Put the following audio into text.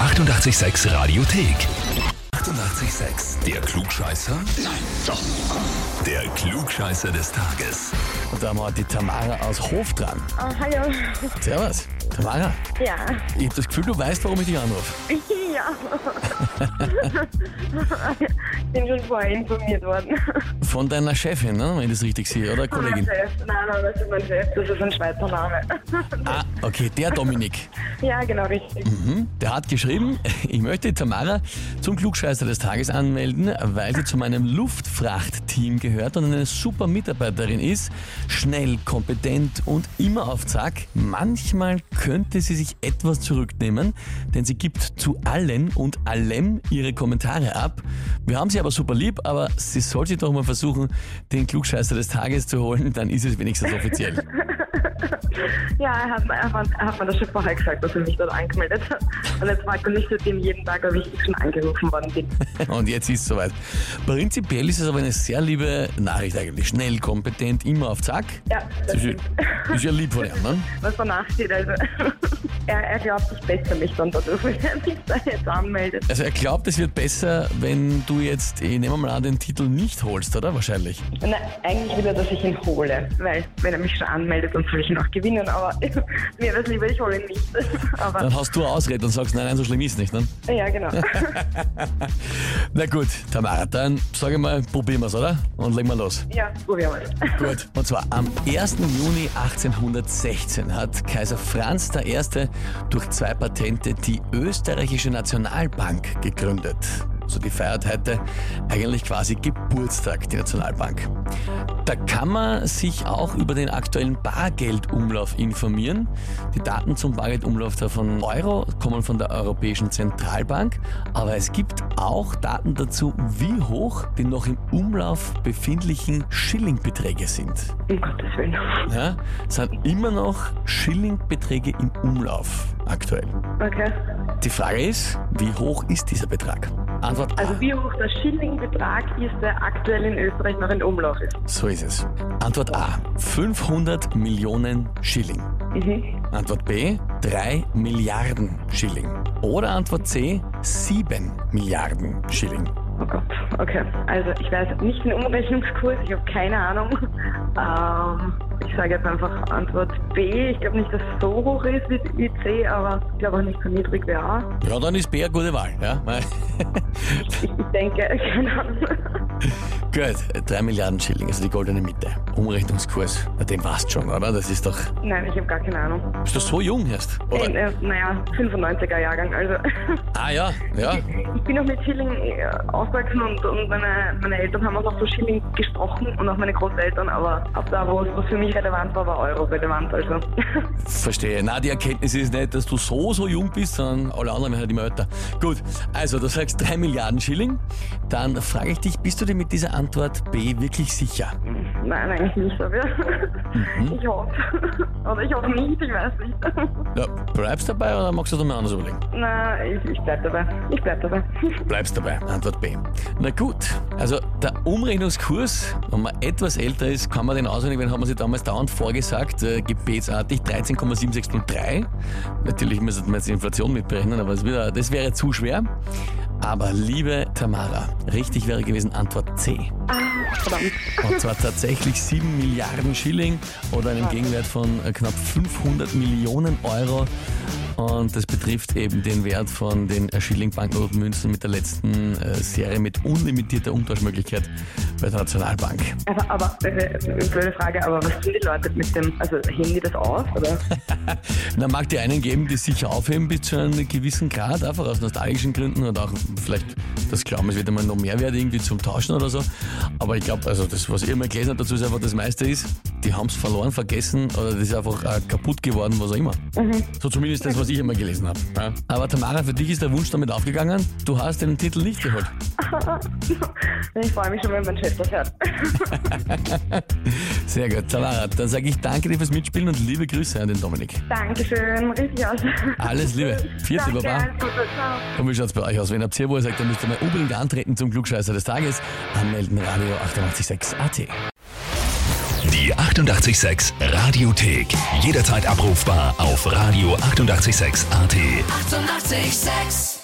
886 Radiothek. 88,6. Der Klugscheißer? Nein, doch. Der Klugscheißer des Tages. Und da haben wir heute die Tamara aus Hof dran. Ah, hallo. Servus. Tamara, Ja. ich habe das Gefühl, du weißt, warum ich dich anrufe. Ja. ich bin schon vorher informiert worden. Von deiner Chefin, ne? wenn ich das richtig sehe, oder Kollegin? Mein Chef. Nein, nein, das ist mein Chef. Das ist ein Schweizer Name. Ah, okay, der Dominik. ja, genau, richtig. Mhm. Der hat geschrieben, ich möchte Tamara zum Klugscheißer des Tages anmelden, weil sie zu meinem Luftfrachtteam gehört und eine super Mitarbeiterin ist, schnell, kompetent und immer auf Zack. Manchmal könnte sie sich etwas zurücknehmen, denn sie gibt zu allen und allem ihre Kommentare ab. Wir haben sie aber super lieb, aber sie sollte doch mal versuchen, den Klugscheißer des Tages zu holen, dann ist es wenigstens offiziell. Ja, er hat, er, hat, er hat mir das schon vorher gesagt, dass er mich dort angemeldet hat. Und jetzt war ich seitdem jeden Tag, ob ich schon angerufen worden bin. Und jetzt ist es soweit. Prinzipiell ist es aber eine sehr liebe Nachricht eigentlich. Schnell, kompetent, immer auf Zack. Ja, Das ist, das ja- ist ja lieb von ihm, ne? was danach steht, also. er, er glaubt sich besser mich dann dadurch, wenn er sich da jetzt anmeldet. Also er glaubt, es wird besser, wenn du jetzt, eh, nehmen wir mal an, den Titel nicht holst, oder? Wahrscheinlich. Na, eigentlich will er, dass ich ihn hole, weil wenn er mich schon anmeldet, dann soll ich ihn auch gewinnen, aber mir wäre es lieber, ich hole ihn nicht. Aber Dann hast du eine Ausrede und sagst, nein, nein, so schlimm ist nicht, ne? ja, genau. Na gut, Tamara, dann sag ich mal, probieren wir's, oder? Und legen wir los. ja, probieren wir es. Gut. Und zwar am 1. Juni 1816 hat Kaiser Franz I. durch zwei Patente die österreichische Nationalbank gegründet. So also die feiert heute eigentlich quasi Geburtstag, die Nationalbank. Da kann man sich auch über den aktuellen Bargeldumlauf informieren. Die Daten zum Bargeldumlauf der von Euro kommen von der Europäischen Zentralbank, aber es gibt auch Daten dazu, wie hoch die noch im Umlauf befindlichen Schillingbeträge sind. Um Gottes Willen. Ja, es sind immer noch Schillingbeträge im Umlauf aktuell. Okay. Die Frage ist, wie hoch ist dieser Betrag? Antwort A. Also wie hoch der Schillingbetrag ist, der aktuell in Österreich noch in Umlauf ist? so ist es. Antwort A. 500 Millionen Schilling. Mhm. Antwort B, 3 Milliarden Schilling. Oder Antwort C, 7 Milliarden Schilling. Oh Gott. Okay. Also ich weiß nicht den Umrechnungskurs, ich habe keine Ahnung. Ähm, ich sage jetzt einfach Antwort B. Ich glaube nicht, dass es so hoch ist wie, wie C, aber ich glaube auch nicht so niedrig wie A. Ja, dann ist B eine gute Wahl. Ja? Weil- Ich, ich denke, keine Ahnung. Gut, 3 Milliarden Schilling, also die goldene Mitte. Umrechnungskurs, na, den warst schon, oder? Das ist doch, Nein, ich habe gar keine Ahnung. bist du so jung erst? Äh, Oder? äh, naja, 95er Jahrgang. Also Ah ja, ja. ich bin auch mit Schilling äh, aufgewachsen und, und meine, meine Eltern haben auch noch so Schilling gesprochen und auch meine Großeltern, aber ab da, wo es was für mich relevant war, war Euro relevant. Also Verstehe. Na, die Erkenntnis ist nicht, dass du so, so jung bist, sondern alle anderen werden halt immer älter. Gut, also du sagst 3 Milliarden Schilling. Dann frage ich dich, bist du dir mit dieser Antwort B wirklich sicher? nein, eigentlich nicht. Aber ich hoffe. Oder ich hoffe nicht, ich weiß nicht. Ja, bleibst dabei oder magst du dir mal anders überlegen? Na, ich, ich bleib dabei. Ich bleib dabei. Bleibst dabei. Antwort B. Na gut, also der Umrechnungskurs, wenn man etwas älter ist, kann man den auswendig, werden, hat man sich damals dauernd vorgesagt, äh, gebetsartig 13,7603. Natürlich müsste man jetzt die Inflation mitberechnen, aber das, wieder, das wäre zu schwer. Aber liebe Tamara, richtig wäre gewesen Antwort C. Verdammt. Und zwar tatsächlich 7 Milliarden Schilling oder einem Gegenwert von äh, knapp 500 Millionen Euro. Und das betrifft eben den Wert von den äh, Schilling-Banknotenmünzen mit der letzten äh, Serie mit unlimitierter Umtauschmöglichkeit bei der Nationalbank. Aber, aber äh, blöde Frage, aber was tun die Leute mit dem, also hängen die das aus? Oder? Na, mag die einen geben, die sicher aufheben bis zu einem gewissen Grad, einfach aus nostalgischen Gründen und auch vielleicht das Glauben, es wird einmal noch mehr wert irgendwie zum Tauschen oder so. Aber ich glaube, also das, was ich immer gelesen habe dazu, ist einfach das meiste ist, die haben es verloren, vergessen oder das ist einfach äh, kaputt geworden, was auch immer. So zumindest das, was ich immer gelesen habe. Ja. Aber Tamara, für dich ist der Wunsch damit aufgegangen, du hast den Titel nicht geholt. Ich freue mich schon, wenn mein Chef das hört. Sehr gut, Tamara, dann sage ich danke dir fürs Mitspielen und liebe Grüße an den Dominik. Dankeschön, richtig aus. Alles Liebe. Vierte Danke, Baba. alles Gute, ciao. Und wie schaut's bei euch aus? Wenn ihr habt, wo ihr sagt, dann müsst ihr mal unbedingt antreten zum Klugscheißer des Tages. Anmelden Radio 886 AT. Die 886 Radiothek. Jederzeit abrufbar auf radio886.at. 886! 886